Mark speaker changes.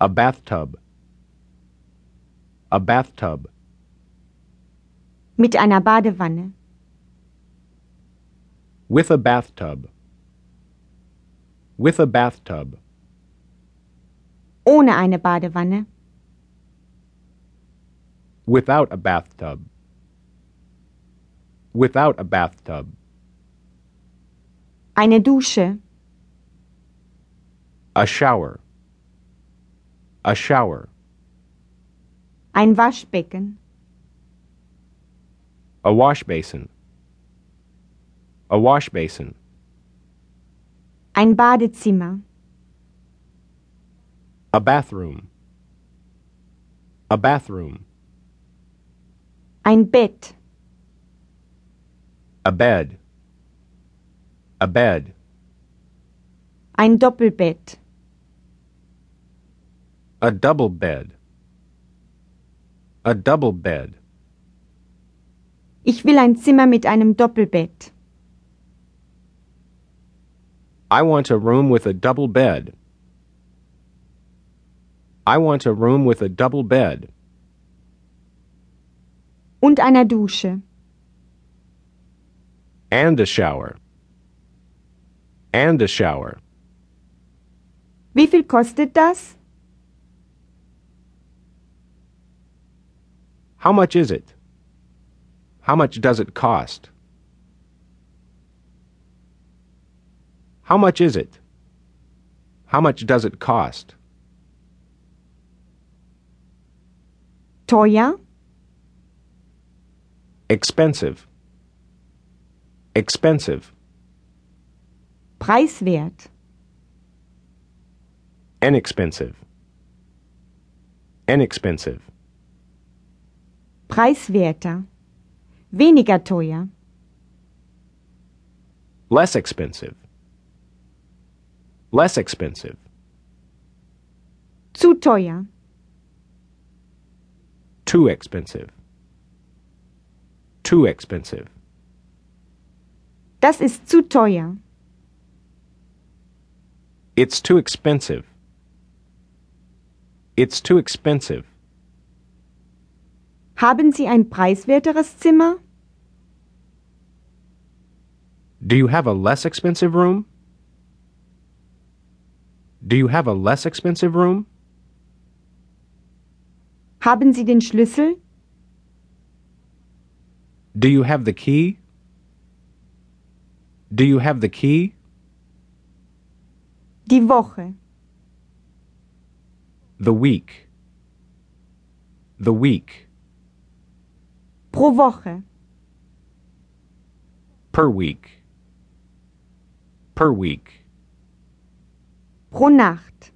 Speaker 1: A bathtub. A bathtub.
Speaker 2: Mit einer Badewanne.
Speaker 1: With a bathtub. With a bathtub.
Speaker 2: Ohne eine Badewanne.
Speaker 1: Without a bathtub. Without a bathtub.
Speaker 2: Eine Dusche.
Speaker 1: A shower. A shower.
Speaker 2: Ein Waschbecken.
Speaker 1: A wash basin. A wash basin.
Speaker 2: Ein Badezimmer.
Speaker 1: A bathroom. A bathroom.
Speaker 2: Ein Bett.
Speaker 1: A bed. A bed.
Speaker 2: Ein Doppelbett.
Speaker 1: A double bed. A double bed.
Speaker 2: Ich will ein Zimmer mit einem Doppelbett.
Speaker 1: I want a room with a double bed. I want a room with a double bed
Speaker 2: Und einer Dusche.
Speaker 1: and a shower. And a shower.
Speaker 2: Wie viel kostet das?
Speaker 1: How much is it? How much does it cost? How much is it? How much does it cost?
Speaker 2: Teuer?
Speaker 1: Expensive. Expensive.
Speaker 2: Preiswert.
Speaker 1: Inexpensive. Inexpensive.
Speaker 2: Preiswerter. Weniger teuer.
Speaker 1: Less expensive. Less expensive.
Speaker 2: Zu teuer.
Speaker 1: Too expensive. Too expensive.
Speaker 2: Das ist zu teuer.
Speaker 1: It's too expensive. It's too expensive.
Speaker 2: Haben Sie ein preiswerteres Zimmer?
Speaker 1: Do you have a less expensive room? Do you have a less expensive room?
Speaker 2: Haben Sie den Schlüssel?
Speaker 1: Do you have the key? Do you have the key?
Speaker 2: Die Woche.
Speaker 1: The week. The week.
Speaker 2: Pro Woche.
Speaker 1: Per week. Per week.
Speaker 2: Pro Nacht.